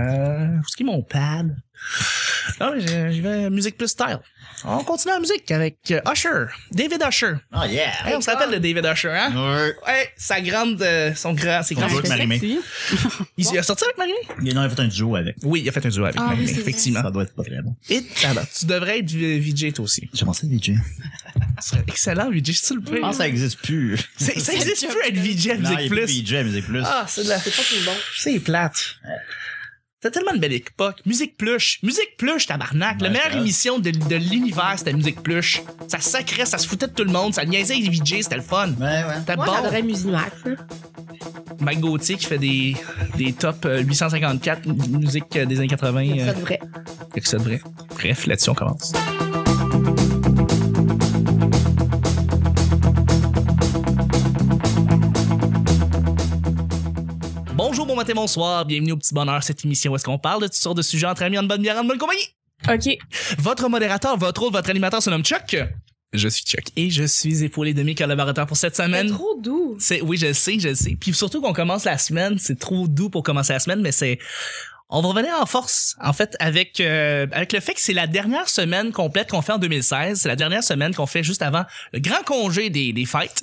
Euh, où est-ce qu'il est mon pad? Non, mais j'ai- j'y vais musique plus style. On continue la musique avec euh, Usher, David Usher. Oh yeah! Hey, on se rappelle de David Usher, hein? Ouais. Ouais, sa grande, euh, son grand, ses grands. Ouais. C'est Marimé. Ah, sexy. Il, il a sorti avec Marie-Mé? Il en a fait un duo avec. Oui, il a fait un duo avec Ah oui, Marie-Mé, c'est vrai. effectivement. Ça doit être pas très bon. Et tabarnak, tu devrais être vi- VJ toi aussi. J'ai pensé à DJ. Ce serait excellent, VJ, si tu le peux. Ah, ça existe plus. C'est- Ça existe plus être VJ à Non, il y Musique a plus Plus. DJ à Musique Plus. Ah, c'est de la. C'est pas tout bon. C'est plate. C'était tellement une belle époque. Musique pluche. Musique pluche, tabarnak. la Ouais, meilleure c'est vrai. émission de, de l'univers, c'était Musique pluche. Ça sacrait, ça se foutait de tout le monde, ça niaisait les VJ, c'était le fun. Ouais, ouais. C'était Moi, bon. Euh, j'adorais Musimac. là. Mike Gauthier qui fait des, des top euh, 854 mu- musique euh, des années 80. Ça euh, devrait. fait que ça devrait. Bref, là-dessus, on commence. Bonjour, bon matin, bonsoir. Bienvenue au Petit Bonheur, cette émission où est-ce qu'on parle de toutes sortes de sujets entre amis, en bonne bière, en bonne compagnie. OK. Votre modérateur, votre hôte, votre animateur se nomme Chuck. Je suis Chuck. Et je suis épaulé de mes collaborateurs pour cette C'est semaine. trop doux. C'est oui, je le sais, je le sais. Puis surtout qu'on commence la semaine, c'est trop doux pour commencer la semaine, mais c'est on va revenir en force, en fait, avec euh, avec le fait que c'est la dernière semaine complète qu'on fait en 2016. C'est la dernière semaine qu'on fait juste avant le grand congé des, des fêtes.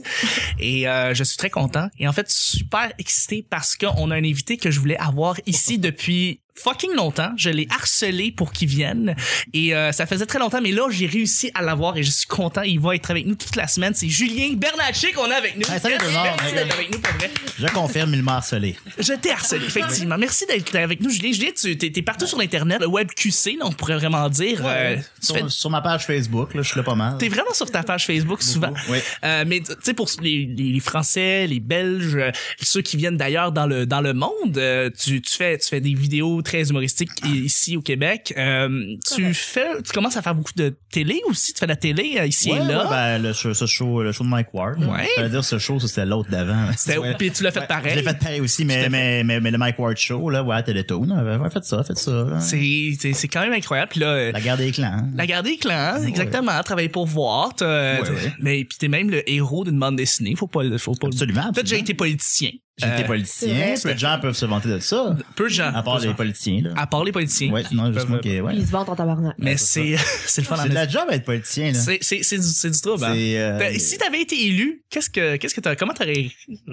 Et euh, je suis très content. Et en fait, super excité parce qu'on a un invité que je voulais avoir ici depuis fucking longtemps. Je l'ai harcelé pour qu'il vienne. Et euh, ça faisait très longtemps, mais là, j'ai réussi à l'avoir et je suis content. Il va être avec nous toute la semaine. C'est Julien Bernatchez qu'on a avec nous. Hey, salut tout le monde. Merci d'être avec nous, pour vrai. Je confirme, il m'a harcelé. Je t'ai harcelé, effectivement. Merci d'être avec nous, Julien. Julien, tu t'es, t'es partout sur Internet, le web QC, là, on pourrait vraiment dire. euh, tu sur, fais- sur ma page Facebook, là, je suis là pas mal. T'es vraiment sur ta page Facebook souvent. Oui. Euh, mais tu sais pour les, les, les Français, les Belges, euh, ceux qui viennent d'ailleurs dans le dans le monde, euh, tu, tu fais tu fais des vidéos très humoristiques i- ici au Québec. Euh, tu fais tu commences à faire beaucoup de télé aussi, tu fais de la télé euh, ici Ouais, et là. ouais, ben, le, show- ce show, le show de Mike Ward. Ouais. Ça veut dire ce show, ça, c'était l'autre d'avant. C'était- Ouais. Ben, Puis tu l'as fait Ouais, pareil. Je l'ai fait pareil aussi, mais, mais, mais, mais le Mike Ward Show, là, ouais, Télétoon, là, ouais, faites ça, faites ça. là. C'est, c'est c'est quand même incroyable. Puis là euh, La guerre des clans. La garder des clans, exactement. Travailler pour voir. t'as- Ouais, ouais. Mais puis t'es même le héros d'une bande dessinée. Faut pas, le- faut pas. le- Absolument. T'as déjà absolument. été politicien. J'ai été Euh, c'est politicien. vrai. Peu de gens peuvent se vanter de ça. Peu de gens. Ah, À part les politiciens, là. À part les politiciens. Ouais, non, juste moi qui. Puis Ouais. ils se vendent en tabarnak. Mais Ouais, c'est, c'est c'est le fun à C'est de la job être politicien, là. C'est, c'est, c'est du, c'est du trouble. hein. C'est, euh, T'as- Si t'avais été élu, qu'est-ce que, qu'est-ce que t'as, comment t'aurais.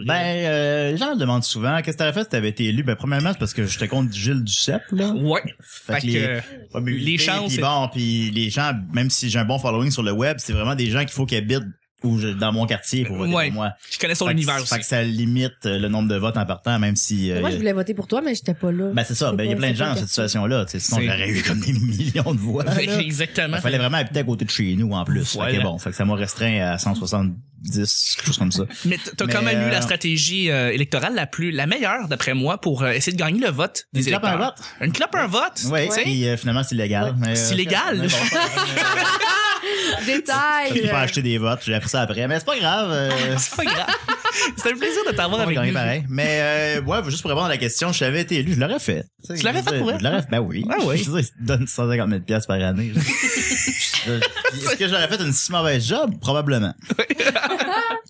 Ben, euh, les gens me demandent souvent, qu'est-ce que t'aurais fait si t'avais été élu? Ben, premièrement, c'est parce que je te compte Gilles Duceppe, là. Ouais. Fait Fait que que. probabilités, les chances, Puis c'est- bon, puis les gens, même si j'ai un bon following sur le web, c'est vraiment des gens qu'il faut qu'ils habitent où je- dans mon quartier pour voter Ouais. pour moi. Je connais son Fait que- univers aussi. Fait que ça limite euh, le nombre de votes en partant, même si... euh, Moi, je voulais voter pour toi, mais j'étais pas là. Ben c'est ça, C'est ben il y a pas- plein de c'est gens pas dans cette possible. situation-là, tu sais, sinon C'est- j'aurais eu comme des millions de voix. là. Exactement. Il fallait vraiment habiter à côté de chez nous en plus. Fait Voilà. que bon, fait que ça m'a restreint à 170, quelque chose comme ça. Mais t- t'as Mais, quand même eu euh, la stratégie euh, électorale la plus, la meilleure d'après moi pour euh, essayer de gagner le vote des Une clope à électeurs. vote. Une clope un vote. Oui, tu sais. puis euh, finalement c'est légal. mais, C'est euh, légal. mais bon, Détail. J'ai pas acheté des votes, j'ai appris ça après. Mais c'est pas grave. euh, C'est pas grave. C'était un plaisir de t'avoir On va Ah, avec gagner nous. pareil. Mais euh, ouais, juste pour répondre à la question, je l'avais été élu, je l'aurais fait. Tu l'aurais fait pour vrai? Je l'aurais fait, ben oui. Ah oui. Je veux dire, ils te donnent 150 000 piastres par année. Je- Est-ce que j'aurais fait une si mauvaise job? Probablement.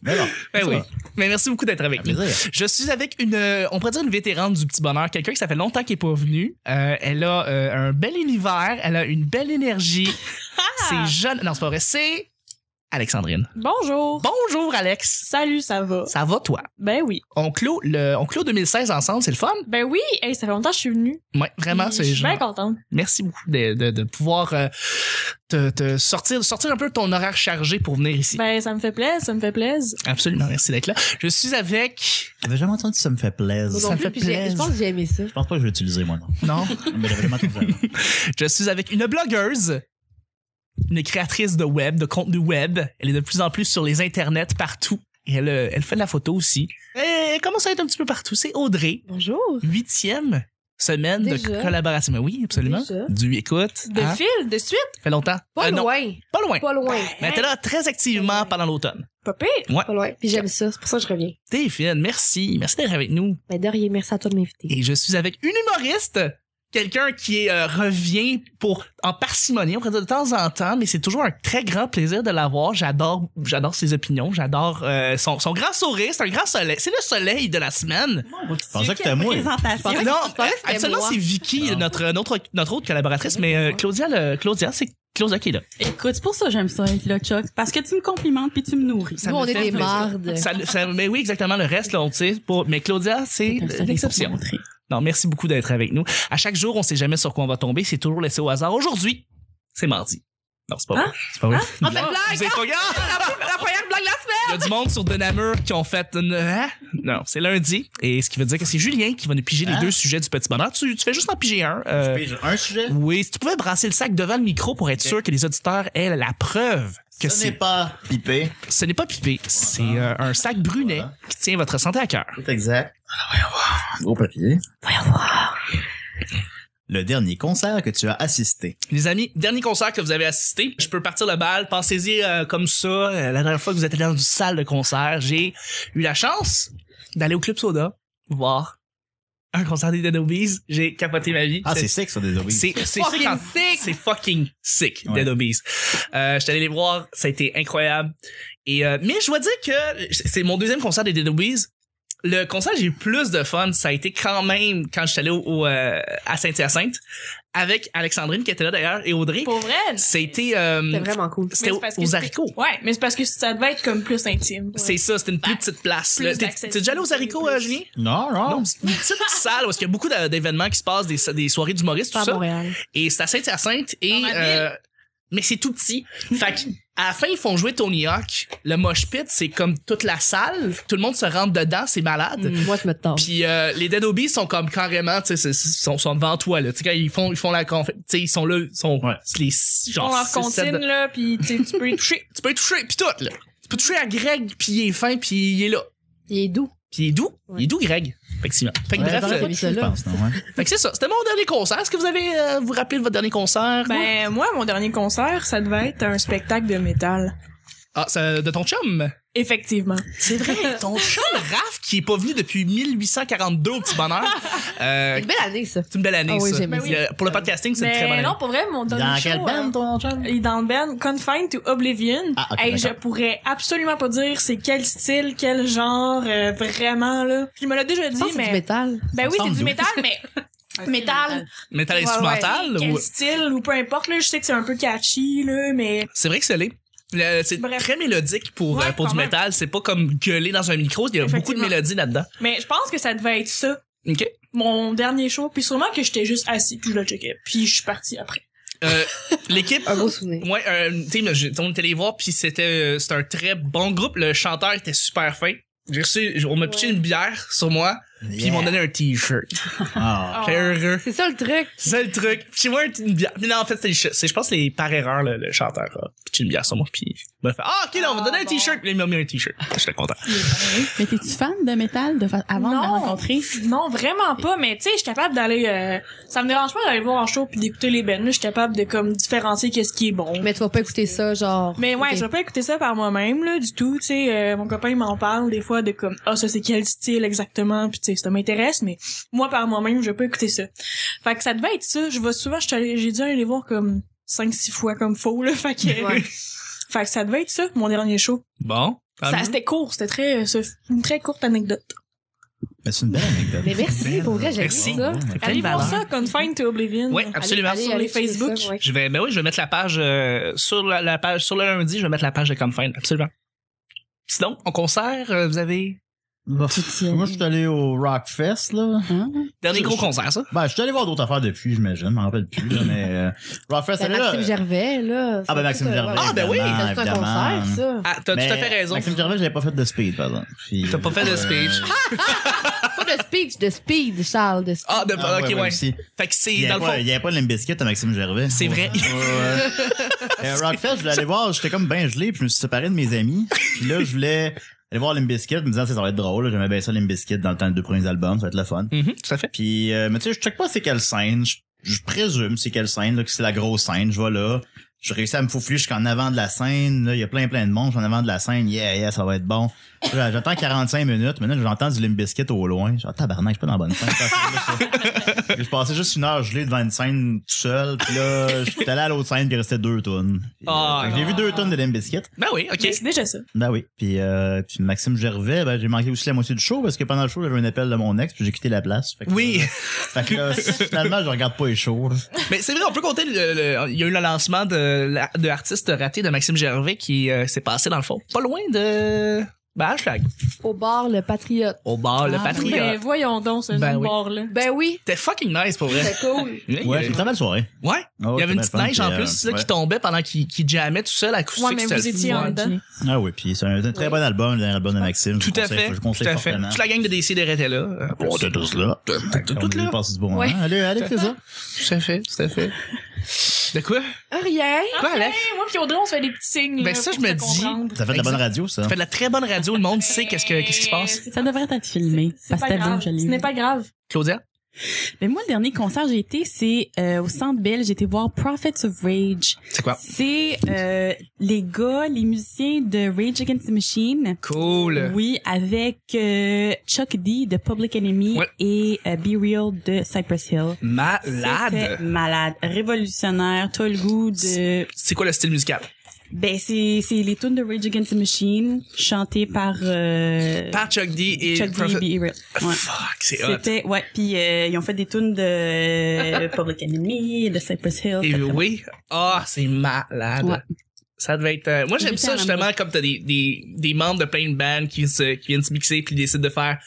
Mais bon. Ben ça oui. va. Mais merci beaucoup d'être avec Un nous. plaisir. Je suis avec une, euh, on pourrait dire une vétérane du petit bonheur, quelqu'un qui ça fait longtemps qu'elle est pas venue. Euh, elle a euh, un bel univers, elle a une belle énergie. c'est jeune, non c'est pas vrai, c'est Alexandrine. Bonjour. Bonjour Alex. Salut, ça va? Ça va toi Ben oui. On clôt le, on clôt 2016 ensemble, c'est le fun. Ben oui, hey, ça fait longtemps que je suis venue. Ouais, vraiment Puis c'est Je suis genre- bien contente. Merci beaucoup de, de, de pouvoir euh, te, te sortir, sortir un peu de ton horaire chargé pour venir ici. Ben, ça me fait plaisir, ça me fait plaisir. Absolument, merci d'être là. Je suis avec J'avais jamais entendu ça me fait Moi plaisir. non Ça plus, fait puis j'ai- Je plaisir. pense que j'ai aimé ça. Je pense pas que je vais l'utiliser, moi, non. non. Mais j'avais jamais entendu ça. avant. Je suis avec une blogueuse, une créatrice de web, de contenu web. Elle est de plus en plus sur les internets partout. Et elle, euh, elle fait de la photo aussi. Et elle commence à être un petit peu partout. C'est Audrey, Bonjour. huitième semaine de Déjà? collaboration. Mais oui, absolument. Déjà? Du écoute. De hein? fil, de suite, fait longtemps. Pas Euh, non, loin. pas loin. Pas loin. Mais elle était là très activement pendant l'automne. pas pire. Pas loin. Puis j'aime ça. C'est pour ça que je reviens. T'es fine, merci. Merci d'être avec nous. Mais de rien, merci à toi de m'inviter. Et je suis avec une humoriste, quelqu'un qui euh, revient pour en parcimonie, on pourrait dire de temps en temps, mais c'est toujours un très grand plaisir de l'avoir. J'adore, j'adore ses opinions, j'adore euh, son, son grand sourire, c'est un grand soleil, c'est le soleil de la semaine. Je pensais que c'était moi. Présentation. non, pensais que c'était absolument moi. c'est Vicky, Non. notre notre notre autre collaboratrice, mais euh, Claudia, le- Claudia, c'est Claudia qui est là. Écoute, c'est pour ça que j'aime ça être là, Chuck. Parce que tu me complimentes puis tu me nourris. Ça Nous, me on est fait des plaisir. mardes. Ça- ça- mais oui, exactement. Le reste, là, on sait. Pour, mais Claudia, c'est C'est un soleil pour l'exception. montrer. Non, merci beaucoup d'être avec nous. À chaque jour, on sait jamais sur quoi on va tomber. C'est toujours laissé au hasard. Aujourd'hui, c'est mardi. Non, c'est pas vrai. C'est pas vrai. Hein? fait une Ah, blague! hein? vous êtes pas grave. La première blague de la semaine! Il y a du monde sur Denamur qui ont fait une- hein? Non, c'est lundi. Et ce qui veut dire que c'est Julien qui va nous piger les Hein? deux sujets du petit bonheur. Tu, tu fais juste en piger un. euh, Puis, Un sujet, oui, si tu pouvais brasser le sac devant le micro pour être Ok. sûr que les auditeurs aient la preuve que ce n'est c'est. pas pipé. Ce n'est pas pipé. C'est euh, un sac brunet Voilà. qui tient votre santé à cœur. C'est exact. Gros papier. Le dernier concert que tu as assisté. Les amis, dernier concert que vous avez assisté, je peux partir le bal, pensez-y euh, comme ça. Euh, la dernière fois que vous êtes allé dans une salle de concert, j'ai eu la chance d'aller au Club Soda voir un concert des Dead Obies. J'ai capoté ma vie. Ah, c'est sec sur des obéis. C'est c'est Fucking quand- sick! C'est fucking sick, Ouais. Dead Obies. Euh, je suis allé les voir, ça a été incroyable. Et euh, mais je dois dire que c'est mon deuxième concert des Dead Obies. Le concert j'ai eu plus de fun, ça a été quand même quand je suis allé au, au, euh, à Saint-Hyacinthe avec Alexandrine qui était là d'ailleurs et Audrey. Pour vrai? C'était euh, C'était vraiment cool. c'était Mais c'est aux, parce que aux c'était- haricots. Ouais, mais c'est parce que ça devait être comme plus intime. C'est ça, c'était une plus Ouais. petite place. Bah, Plus là. T'es t'es d'accessibilité, déjà allé aux haricots, euh, plus. Julien? Non, Ben, Non, c'est une petite salle où il y a beaucoup d'a- d'événements qui se passent, des, des soirées d'humoristes, tout Pas à ça. Montréal. Et c'est à Saint-Hyacinthe et Dans ma euh, mais c'est tout petit. Fait que à la fin ils font jouer Tony Hawk. Le mosh pit, c'est comme toute la salle, tout le monde se rentre dedans, c'est malade. Mm. Moi, je me tasse. Puis euh, les Dead Obies sont comme carrément, tu sais, c'est- c'est- sont, sont devant toi là. Tu sais quand ils font ils font la conf- tu sais ils sont là, ils sont Ouais. les six- On genre leur six, sept continue, de- là, pis tu sais, tu peux y toucher. Tu peux y toucher puis tout là. Tu peux toucher à Greg puis il est fin puis il est là. Il est doux. Puis il est doux, Ouais. il est doux Greg. Effectivement. Fait que Ouais, bref, dans euh, le- ça, je là. pense, non, ouais. fait que c'est ça. C'était mon dernier concert. Est-ce que vous avez euh, vous rappelez de votre dernier concert Ben, moi, mon dernier concert, ça devait être un spectacle de métal. Ah, c'est de ton chum Effectivement. C'est vrai, ton chum Raph, qui est pas venu depuis 1842 au petit bonheur. Euh, Une belle année, ça. c'est une belle année, Ah oui, ça. j'aime Il y a- Pour le podcasting, c'est une très bonne Mais année. non, pour vrai, mon dernier Dans show... quelle band, euh, ton chum? il est dans le band Confined to Oblivion. Ah, ok, Hey, je d'accord. pourrais absolument pas dire c'est quel style, quel genre, euh, vraiment, là. Je me l'ai déjà Je dit, pense que c'est du mais... métal. Ben oui, c'est semble du doux. métal, mais... métal. Mais t'as Ouais, l'instrumental? ouais. ou- Quel style, ou peu importe, là. Je sais que c'est un peu catchy, là, mais... C'est vrai que c'est laid. Le- C'est Bref. très mélodique pour, Ouais, euh, pour quand du même. métal. C'est pas comme gueuler dans un micro. Il y a beaucoup de Effectivement. mélodies là-dedans. Mais je pense que ça devait être ça. OK. mon dernier show, puis sûrement que j'étais juste assis, puis je le checkais, puis je suis partie après. Euh, L'équipe. Un gros souvenir. Ouais, euh, tu sais, j'ai- on était les voir, puis c'était euh, c'était un très bon groupe. Le chanteur était super fin. J'ai reçu, on m'a pitché Ouais. une bière sur moi, puis ils m'ont donné un t-shirt. Ah. Oh. J'étais heureux. C'est ça le truc. C'est le truc. Puis moi, une bière. Mais non, en fait, c'est, c'est- je pense que c'est par erreur, le, le chanteur a pitché une bière sur moi. Puis il m'a fait Ah, ok, là, on va Ah, donner un bon. t-shirt. Puis il m'a mis un t-shirt. J'étais content. Mais t'es-tu fan de métal de fa- avant de la Non. rencontrer? Non, vraiment pas, mais tu sais, je suis capable d'aller... euh, ça me dérange pas d'aller voir un show, puis d'écouter les bandes, là. je suis capable de comme différencier qu'est-ce qui est bon. Mais, Mais tu vas pas écouter ça, genre. Ah, ouais, Ok. je vais pas écouter ça par moi-même, là, du tout, tu sais, euh, mon copain il m'en parle des fois de comme, ah, ça c'est quel style exactement, puis tu sais, ça m'intéresse, mais moi par moi-même, je vais pas écouter ça. Fait que ça devait être ça, je vais souvent, je suis allée- j'ai dû aller les voir comme 5-6 fois comme faux, là, fait que... Ouais. Fait que ça devait être ça, mon dernier show. Bon. Ça, C'était court, c'était très, c'est une très courte anecdote. Mais c'est une belle anecdote. Mais merci, pour vrai, j'aime Merci. ça. Ouais, ouais. Quelle Allez voir valeur. ça, Confined to Oblivion. Ouais, absolument. Allez, Sur allez, les checker Facebook. ça, ouais. Je vais, ben oui, je vais mettre la page, euh, sur la, la page, sur le lundi, je vais mettre la page de Confine. Absolument. Sinon, en concert, euh, vous avez. Moi, allé. je suis allé au Rockfest, là. Hein? Dernier Je- gros je- concert, ça? Ben, je suis allé voir d'autres affaires depuis, j'imagine. Je m'en rappelle plus, là, mais euh, Rockfest, C'est allé là. Maxime Gervais, là. Ah, ben, Maxime C'est- Gervais. Ah, ben oui, évidemment, C'est un évidemment. concert, ça. Ah, t'as tout à fait raison. Maxime Gervais, j'avais pas fait de speed, par exemple. Puis- T'as pas fait de Euh, speech. Pas de speech, de speed, Charles, de speed. Ah, de, Ah, ok, ouais. ouais, ouais, aussi. Fait que Il c'est, y dans avait le pas- fond. il y avait pas de Limbiskit à Maxime Gervais. C'est vrai. Ouais, ouais. Euh, Rockfest, je voulais aller voir, j'étais comme ben gelé, puis je me suis séparé de mes amis. Puis là, je voulais aller voir Limbiskit, me disant, ça va être drôle, là, j'aimais bien ça Limbiskit dans le temps des deux premiers albums, ça va être le fun. Mhm, tout à fait. Puis, euh, mais tu sais, je check pas c'est quelle scène. Je, je présume c'est quelle scène, là, que c'est la grosse scène. Je vois là. J'ai réussi à me faufiler jusqu'en avant de la scène. Là, il y a plein, plein de monde. Je suis en avant de la scène. Yeah, yeah, ça va être bon. Là, J'attends 45 minutes. Maintenant, j'entends du Limbiskit au loin. Je dis, ah, tabarnak, je suis pas dans la bonne scène. Puis je passais juste une heure gelée devant une scène tout seul. Puis là, je suis allé à l'autre scène, puis il restait deux tonnes. Euh, Ah, J'ai vu deux tonnes de Limbiskit. Ben oui, ok. Mais c'est déjà ça. Ben oui. Puis, euh, puis Maxime Gervais, ben, j'ai manqué aussi la moitié du show parce que pendant le show, j'avais un appel de mon ex, puis j'ai quitté la place. Fait que, Oui. euh, fait que là, finalement, je regarde pas les shows. Mais c'est vrai, on peut compter, le- le- il y a eu le lancement de, la- de artiste raté de Maxime Gervais qui euh, s'est passé dans le fond, pas loin de ben, Hashtag. Au bar, le patriote. Au bar, le Ah, Ben, Patriote. voyons donc ce Ben oui. bord-là. Ben oui, C'était fucking nice pour vrai. c'est cool. Ouais, Ouais, c'est une très belle soirée. ouais. Ah ouais, il y avait une très petite belle fun, neige en puis, euh, plus là, ouais. qui tombait pendant qu'il qu'il jammait tout seul à coup Ouais, sûr que mais c'était vous le étiez fun. en dedans. Ah oui, puis c'est un, un très bon album, le dernier album de Maxime. je Tout vous à conseille, fait. Je Tout conseille à fait. fortement. Toute la gang de DC des était là. Euh, hein. On était tous là. tout On là. a passé du bon Ouais. moment. Allez, allez, fais ça. Tout à fait, tout à fait. De quoi? Rien. Quoi, Alex? Hey, Eh, moi puis Audrey, on se fait des petits signes. Ben, là, ça, je pour me se dis- comprendre. Ça fait de la bonne radio, ça. Ça fait de la très bonne radio, le monde sait qu'est-ce que- qu'est-ce qui se passe. Ça devrait être filmé. C'est Parce que pas c'était bon, grave. je Ce l'ai n'est vu. pas grave. Claudia? Mais moi, le dernier concert que j'ai été, c'est euh, au Centre Bell. J'ai été voir Prophets of Rage. C'est quoi? C'est euh, les gars, les musiciens de Rage Against the Machine. Cool. Oui, avec euh, Chuck D de Public Enemy Ouais. et euh, Be Real de Cypress Hill. C'était Malade. malade, révolutionnaire, t'as le goût de... C'est quoi le style musical? Ben, c'est c'est les tunes de Rage Against the Machine chantées par... Euh, Par Chuck D et Chuck Prophet- D et Be Real. Ouais. Fuck, c'est hot. C'était, ouais, puis euh, ils ont fait des tunes de euh, Public Enemy, de Cypress Hill. Et C'était très oui, ah, c'est malade. Ouais. Ça devait être. euh, moi, j'aime J'étais ça en justement, comme t'as des, des, des membres de plein de bandes qui, se, qui viennent se mixer puis décident de faire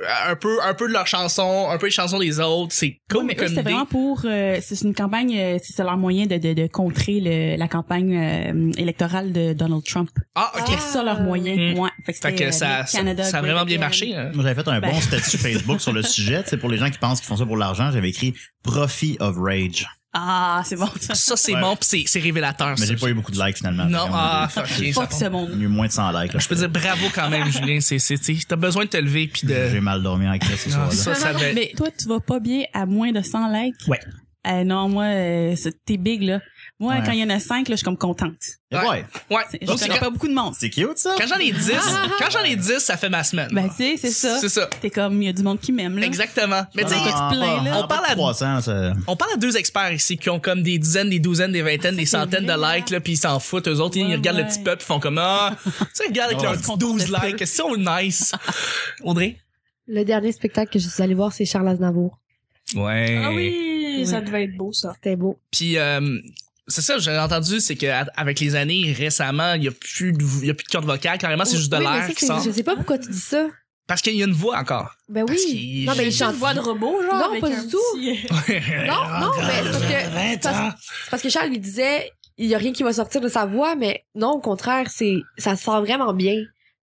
euh, un peu, un peu de leurs chansons, un peu les chansons des autres. C'est Ouais, cool mais eux, comme c'était idée. vraiment pour euh, c'est une campagne euh, c'est leur moyen de, de, de contrer le, la campagne euh, électorale de Donald Trump. Ah, ok. C'était ça leur moyen. Mm. Ouais. Fait que, Fait c'était, que euh, ça, Make ça, Canada euh, ça a Great vraiment bien Again. marché. hein. Moi, J'avais fait un Ben. bon statut Facebook sur le sujet. C'est pour les gens qui pensent qu'ils font ça pour l'argent. J'avais écrit Profit of Rage. Ah, c'est bon. Ça. Ça, c'est Ouais. bon pis c'est- c'est révélateur. ça. Mais j'ai pas eu beaucoup de likes finalement. Non, Fait qu'on ah, a- fuck, j'ai- ok, ça Fuck tombe. ce j'ai monde. eu moins de 100 likes. là. Je peux dire bravo quand même, Julien. C'est, c'est, c'est- t'as besoin de te lever puis de. J'ai mal dormi en Grèce ce Ah, soir-là. ça, ça devait- Mais toi, tu vas pas bien à moins de 100 likes. Ouais. Euh, non, moi, euh, c'est- t'es big là. Moi, Ouais. quand il y en a 5, là, je suis comme contente. Eh Ouais. Ouais. C'est- Je Donc, c'est connais quand, pas beaucoup de monde. C'est cute, ça. quand j'en ai 10, quand j'en ai 10, ça fait ma semaine. Ben, tu sais, c'est ça. C'est ça. T'es comme, il y a du monde qui Mmh. m'aime là. Exactement. Mais tu sais, Ah. que tu te plains, là. en On parle bas de à- 300, ça. On parle à deux experts ici qui ont comme des dizaines, des douzaines, des Ah, vingtaines, des c'est centaines de vrai. likes, là, puis ils s'en foutent. Eux autres, ils Ouais, regardent le ouais. petit peuple, ils font comme Ah, tu sais, ils regardent avec Ouais. leurs petits 12 likes. C'est on nice. Audrey? Le dernier spectacle que je suis allée voir, c'est Charles Aznavour. Ouais. Ah oui, Ouais. ça devait être beau, ça. C'était beau. Puis, euh, c'est ça, j'ai entendu, c'est qu'avec les années, récemment, il n'y a plus de, il y a plus de corde vocale. Carrément, Ah, c'est juste de Oh, Oui, mais l'air ça, qui c'est- sort. Je sais pas pourquoi tu dis ça. Parce qu'il y a une voix encore. Ben Parce oui. qu'il- Non, mais il j'ai- Une chante. voix de robot, genre. Non, avec pas un du tout. petit- euh, Non, hein. non, mais c'est parce que- c'est parce- c'est parce que Charles lui disait, il y a rien qui va sortir de sa voix, mais non, au contraire, c'est, ça sort vraiment bien.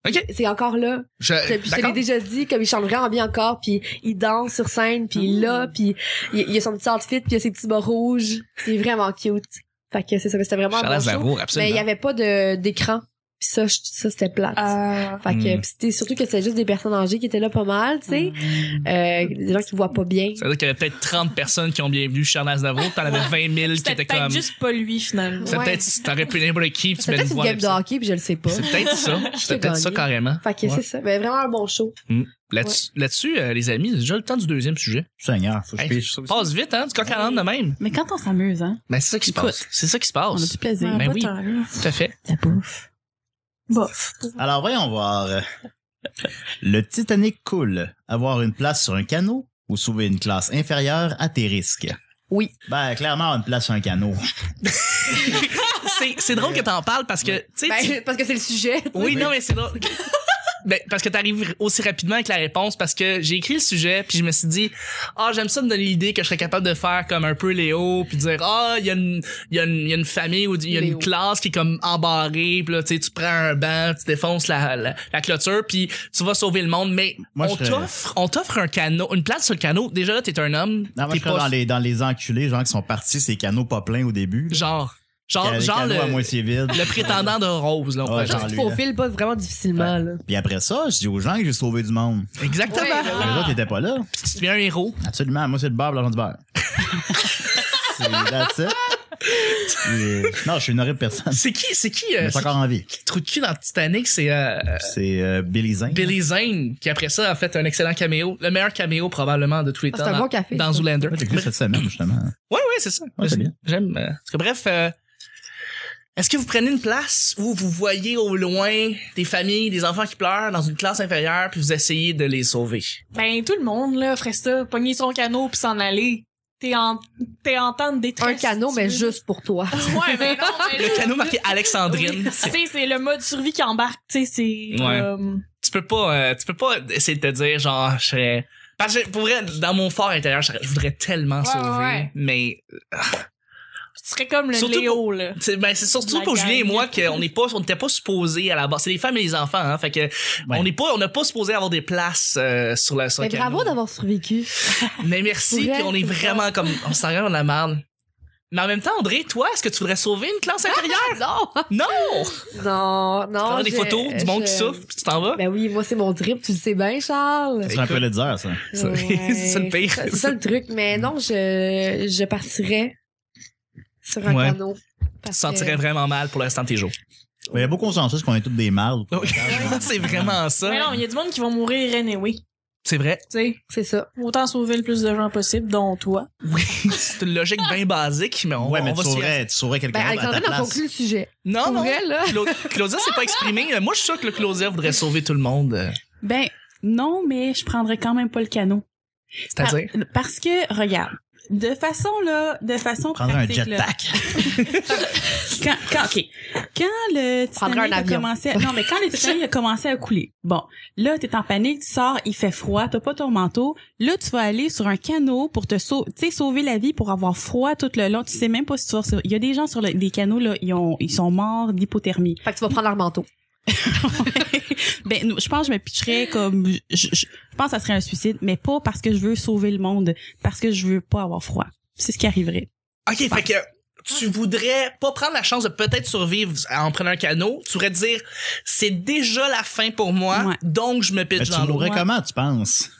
OK. C'est encore là. Puis Je, je te l'ai d'accord. déjà dit, comme il chante vraiment bien encore, puis il danse sur scène, puis il Mm. là, puis il, il a son petit outfit, puis il a ses petits bas rouges. C'est vraiment cute. Fait que c'est ça, mais c'était vraiment un Charles bon show. Aznavour, Mais il y absolument. avait pas de d'écran. Puis ça, je- ça c'était plate. Euh, Fait que Hmm. pis c'était surtout que c'était juste des personnes âgées qui étaient là pas mal, tu sais, euh, des gens qui voient pas bien. Mm. Ça veut dire qu'il y avait peut-être 30 personnes qui ont bien vu Charles Aznavour, t'en avais 20 000 qui C'était étaient peut-être comme. juste pas lui, finalement. C'est Ouais. peut-être si t'aurais pu n'importe qui, puis tu C'est mets une peut-être une voix à game de l'épisode. hockey, puis je le sais pas. C'est peut-être ça. C'est peut-être ça gagné. carrément. Fait que Ouais. c'est ça. Mais vraiment un bon show. Là-dessus, là-dessus, euh, les amis, c'est déjà le temps du deuxième sujet. Seigneur, faut que je Hey, piche. Passe vite, hein, du coq à l'âne de même. Mais quand on s'amuse, hein, Mais Ben, c'est ça qui se Écoute. passe. C'est ça qui se on a passe. du plaisir. Ben Pas oui. tant, là. Tout à fait. Ça bouffe. Bof. Alors, voyons voir. euh, Le Titanic coule. Avoir une place sur un canot ou sauver une classe inférieure à tes risques. Oui. Ben, clairement, avoir une place sur un canot. C'est, c'est drôle que t'en parles parce que, tu sais, tu- Ben, parce que c'est le sujet. oui, non, mais c'est drôle. Ben, parce que t'arrives aussi rapidement avec la réponse parce que j'ai écrit le sujet puis je me suis dit ah j'aime ça me donner l'idée que je serais capable de faire comme un peu Léo puis dire ah il y a une il y a une il y a une famille ou il y a une Léo. classe qui est comme embarrée puis là tu sais tu prends un banc tu défonces la, la, la clôture puis tu vas sauver le monde mais Moi, on je serais- t'offre on t'offre un canot une place sur le canot déjà là t'es un homme Non, moi, t'es je serais pas- dans les, dans les enculés, gens qui sont partis, ces canots pas pleins au début. là. genre Qui genre avaient genre les canots à le, moitié vide. le prétendant de Rose là on Ouais, pourrait dire. genre. Tu lui, faut là. Ben, fil pas vraiment difficilement, là. Puis après ça, je dis aux gens que j'ai sauvé du monde. exactement Ouais, ben Les autres étaient pas là. Puis tu deviens un héros Absolument. Moi, c'est le beurre, l'argent du beurre. c'est that's it. Euh, non, je suis une horrible personne. C'est qui, c'est qui, euh, Mais c'est c'est encore en vie. qui le trou de cul dans Titanic? C'est euh, C'est euh, Billy Zane. Billy Zane, qui après ça a fait un excellent caméo, le meilleur caméo probablement de tous les Ah, temps c'est un dans, bon café, dans ça. Zoolander. Ouais, J'ai écouté cette semaine, justement. Ouais, ouais, c'est ça. Ouais, c'est bien. J'aime. euh, parce que bref, euh, est-ce que vous prenez une place où vous voyez au loin des familles, des enfants qui pleurent dans une classe inférieure, puis vous essayez de les sauver? Ben, tout le monde, là, ferait ça. Pogner son canot puis s'en aller. T'es en, t'es en temps de détresse. Un canot, tu mais veux. juste pour toi. Ouais, mais non, mais Le canot marqué Alexandrine. Oui. Tu sais, c'est le mode survie qui embarque, tu sais, c'est Ouais. comme- tu peux pas, euh, tu peux pas essayer de te dire genre, je serais- parce que pour vrai, dans mon fort intérieur, je serais- je voudrais tellement Ouais, sauver, ouais. mais tu serais comme le Surtout Léo, là. c'est ben, c'est surtout La pour Julien et gang. moi qu'on n'est pas, on n'était pas supposés à la base. C'est les femmes et les enfants, hein, fait que on n'est pas, on n'a pas supposé avoir des places euh, sur la sur Mais le canot. bravo d'avoir survécu. Mais merci, Pour puis on elle, est c'est vraiment comme, on s'en rend, on la marne. Mais en même temps, André, toi, est-ce que tu voudrais sauver une classe inférieure? Ah, non! non! Non, non. Tu prends des je- photos du monde qui je- souffre, puis tu t'en vas. Ben oui, moi, c'est mon drip, tu le sais bien, Charles. C'est un peu le dire, ça. Ça- Ouais, c'est ça le pire. C'est ça le truc, mais non, je, je partirais sur un Ouais. canot. Tu te parce sentirais que- vraiment mal pour l'instant de tes jours. Mais il y a beaucoup consensus qu'on est tous des mâles. c'est vraiment Mais non, ça. il y a du monde qui va mourir anyway, tu C'est vrai. sais. C'est ça. Autant sauver le plus de gens possible, dont toi. Oui, c'est une logique bien basique, mais on, Ouais, mais on va tu s'y- saurais, tu saurais Ben, quelqu'un d'autre à ta Alexandrine a place. conclu le sujet. Non, Pour Oh non. vrai, là. Cla- Claudia s'est pas exprimée. Moi, je suis sûr que le Claudia voudrait sauver tout le monde. euh, Ben, non, mais je prendrais quand même pas le canot. C'est-à-dire. Par- Parce que, regarde, de façon, là, de façon Prendrais un pratique, là, jetpack. quand, quand, ok. Quand Prendrais le Titanic un a avion. commencé, à- non, mais quand le Titanic a commencé à couler, bon, là, t'es en panique, tu sors, il fait froid, t'as pas ton manteau, là, tu vas aller sur un canot pour te sauver, tu sais, sauver la vie pour avoir froid tout le long, tu sais même pas si tu vas sur- il y a des gens sur le- des canots, là, ils ont, ils sont morts d'hypothermie. Fait que tu vas prendre leur manteau. ben, nous, je pense que je me pitcherais comme, je, je- je pense que ça serait un suicide, mais pas parce que je veux sauver le monde, parce que je veux pas avoir froid. C'est ce qui arriverait. Ah. OK, fait que tu voudrais pas prendre la chance de peut-être survivre en prenant un canot. Tu voudrais dire, c'est déjà la fin pour moi, Ouais. donc je me Mais pitche tu dans l'eau. mourrais Ouais. comment, tu penses?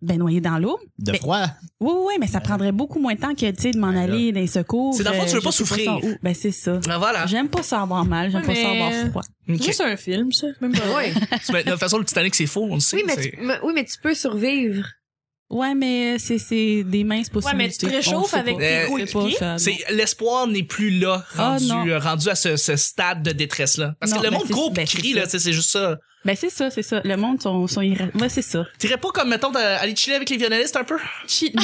Ben, noyer dans l'eau. De Mais- froid? Oui, oui, oui, mais ça prendrait beaucoup moins de temps que, tu sais, de m'en là. aller dans les secours. Ben, C'est dans le fond, tu veux je pas sais souffrir. ça où. Ben, c'est ça. Ah, Voilà. J'aime pas ça avoir mal, j'aime Ouais, pas ça mais- avoir froid. OK. C'est un film, ça. Même pas. Ouais. Mais De toute façon, le Titanic, c'est faux, on le sait. Oui, mais c'est- tu, mais- oui, mais tu peux survivre. Ouais, mais c'est, c'est des minces Ouais, mais tu possibilités. te On réchauffes sait avec pas. Euh, tes On sait pas, coéquipiers. ça, Ah, non. C'est l'espoir n'est plus là Ah, rendu non. euh, rendu à ce, ce stade de détresse là parce Non, que le ben, monde c'est- groupe ben, c'est crie ça. là tu sais, c'est juste ça Ben, c'est ça, c'est ça. Le monde, sont, sont irra- Ouais, c'est ça. t'irais pas comme mettons t'as- aller chiller avec les violonistes un peu Chi-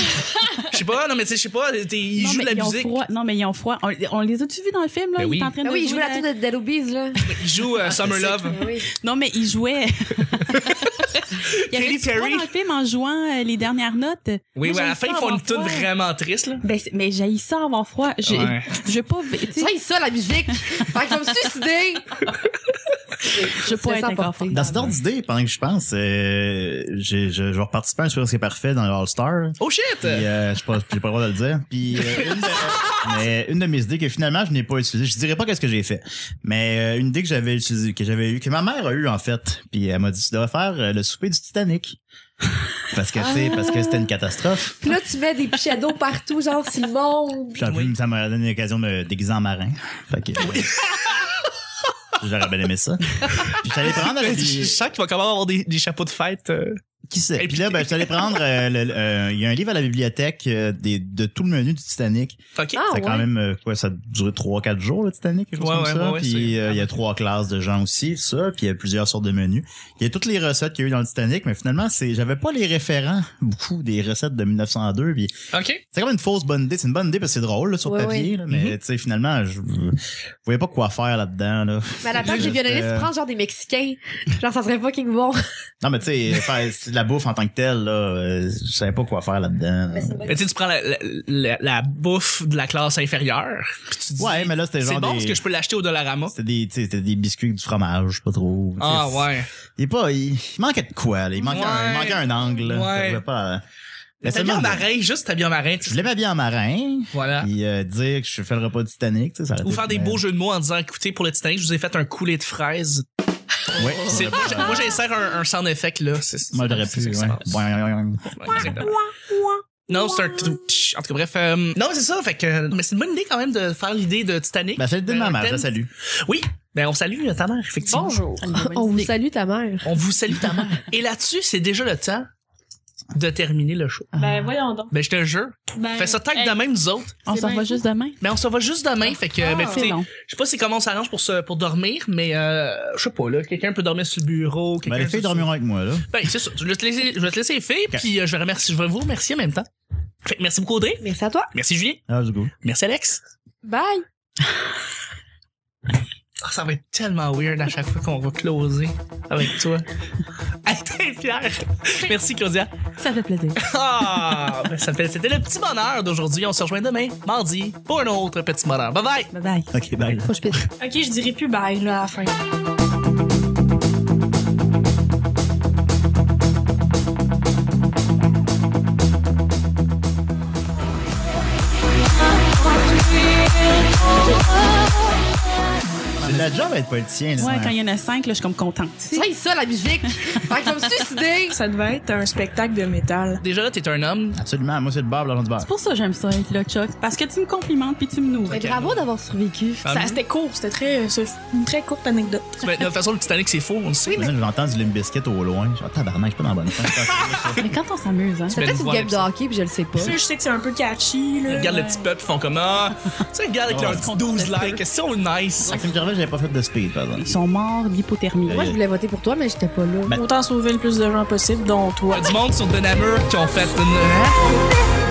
Je sais pas, non, mais tu sais, je sais pas, t'es- ils non, jouent de mais la ils ont musique. froid. Non, mais ils ont froid. On, on les a-tu vus dans le film, là? Ben Ils oui. étaient en train Ben de oui, il joue la jouer tour de Dead Obese, là. Ils jouent Ah, euh, Summer Love. Oui. Non, mais ils jouaient. Il y avait Katy du froid Perry. dans le film en jouant euh, les dernières notes. Oui, oui, Moi, à la j'haïs fin, ça ils font avoir une tune froid. vraiment triste, là. Ben, c'est- mais j'ai ça avoir froid. Je, Ouais. je veux pas, tu sais, Ça, il ça, la musique. fait que je vais me suicider. je C'est veux pas être ça, inconfortable. porter. Dans cet ordre d'idée, pendant que je pense, euh, j'ai- je, je vais participer à un Sourire, c'est parfait dans l'All-Star. Oh shit! Puis, euh, je sais pas, j'ai pas le droit de le dire. Puis, euh, une de, mais une de mes idées que finalement je n'ai pas utilisée, je dirais pas qu'est-ce que j'ai fait, mais euh, une idée que j'avais utilisée, que j'avais eu, que ma mère a eu en fait, puis elle m'a dit tu devrais faire euh, le souper du Titanic. Parce que, tu sais, parce que c'était une Ah. catastrophe. Puis là, tu mets des pichets d'eau partout, genre, sur le monde. Puis en plus, Oui. ça m'a donné l'occasion de me déguiser en marin. Fait que. euh, J'aurais bien aimé ça. Puis j'allais prendre Ah, Je avec des- sens qu'il va quand même avoir des, des chapeaux de fête. euh. Qui sait? Et Puis là, ben, je suis allé prendre. euh, le- le- euh, Il y a un livre à la bibliothèque euh, des, de tout le menu du Titanic. Ok. Ah, c'est quand ouais. même euh, quoi, ça a duré trois, quatre jours le Titanic, quelque chose Ouais, comme ouais, ça. ouais, ouais, puis c'est- euh, il y a trois classes de gens aussi, ça. Puis il y a plusieurs sortes de menus. Il y a toutes les recettes qu'il y a eu dans le Titanic, mais finalement, c'est, j'avais pas les référents beaucoup des recettes de 1902. Puis Ah. Ok. c'est comme une fausse bonne idée. C'est une bonne idée parce que c'est drôle là, sur Ouais, papier, là, mais Mhm. tu sais finalement, je, je voyais pas quoi faire là-dedans. Là. Mais à la place Juste, des violonistes, euh, prends genre des Mexicains. Genre, ça serait fucking bon. Non, mais tu sais, faire de la bouffe en tant que telle, là, euh, je savais pas quoi faire là-dedans. là. Mais tu sais, tu prends la, la- la- la bouffe de la classe inférieure, puis tu dis, Ouais, mais là, c'était c'est genre bon des... parce que je peux l'acheter au Dollarama. C'était des, tu sais, c'était des biscuits avec du fromage, pas trop. Ah Tu sais, ouais. Il est pas, il, il manquait de quoi, là. Il manquait, un, il Ouais. manquait un angle, là. Ouais. Ça pouvait Pas, euh, Mais T'as bien en seulement- marin, juste t'as bien en marin. tu- Je voulais m'habiller en marin, Voilà. puis euh, dire que je fais le repas du Titanic, tu sais, ça aurait Ou été- faire des mais- beaux jeux de mots en disant, écoutez, pour le Titanic, je vous ai fait un coulet de fraises. Ouais. C'est- moi, j'ai- moi, j'insère un, un sound effect, là. C'est- Moi, j'aurais c'est pu, ce ouais. qui se passe. Boing, boing, boing. Ouais, exactement. Non, c'est un. En tout cas, bref. euh, Non, mais c'est ça. Fait que, mais c'est une bonne idée quand même de faire l'idée de Titanic. Ben, c'est le dîner de ma Euh, mère, je la thème. salue. Oui. Ben, on salue ta mère, effectivement. Bonjour. Ah, On vous salue, ta mère. On vous salue ta mère. Et là-dessus, c'est déjà le temps de terminer le show. Ben, voyons donc. Ben, je te jure. Ben, Fais ça tant que hey, demain, nous autres. On C'est s'en bien va cool. juste demain. Mais on se va juste demain. Fait que, ben, C'est écoutez, long. je sais pas c'est comment on s'arrange pour se, pour dormir, mais, euh, je sais pas, là. Quelqu'un peut dormir sur le bureau. Ben, quelqu'un les filles sur- dormiront avec moi, là. Ben, c'est ça. Je vais te laisser, je vais te laisser les filles, Ok. puis euh, je vais remercier, je vais vous remercier en même temps. Fait que merci beaucoup, Audrey. Merci à toi. Merci, Julien. Ah, du coup. Merci, Alex. Bye. Ah, ça va être tellement weird à chaque fois qu'on va closer avec toi. Hey, t'es fière. Merci, Claudia. Ça fait plaisir. Ah, ben, ça fait, c'était le petit bonheur d'aujourd'hui. On se rejoint demain, mardi, pour un autre petit bonheur. Bye bye. Bye bye. Ok, bye. Faut que je pisse. Ok, je dirais plus bye, là, à la fin. C'est de la job à être politicien, là. Ouais, quand il y en a cinq, là, je suis comme contente. C'est ça, la musique. fait que je vais me suicider. Ça devait être un spectacle de métal. Déjà là, t'es un homme. Absolument. Moi, c'est le bar, l'argent du bar. Pour ça, j'aime ça être là, Chuck. Parce que tu me complimentes puis tu me nourris. Mais bravo d'avoir survécu. Ah, Ça, mais- c'était court, c'était très, euh, c'est une très courte anecdote. Ben, de toute façon, le Titanic, c'est faux, on le sait. Maintenant, J'entends du Limbiskit au loin. Je suis tabarnak, je suis pas dans la bonne sens. Mais quand on s'amuse, hein. Tu C'est vas peut-être nous une voir game de avec hockey, puis je le sais pas. Ça, je sais que c'est un peu catchy, là. Regarde le petit peuple, ils font comme Ah, tu sais, regarde avec Ouais. leur petit 12 likes, c'est so nice. Maxime Gervais, j'avais pas fait de speed, par exemple. Ils sont morts d'hypothermie. Moi, je voulais voter pour toi, mais j'étais pas là. Euh, Autant sauver le plus de gens possible, dont toi. Il y a du monde sur Denamur qui ont fait une.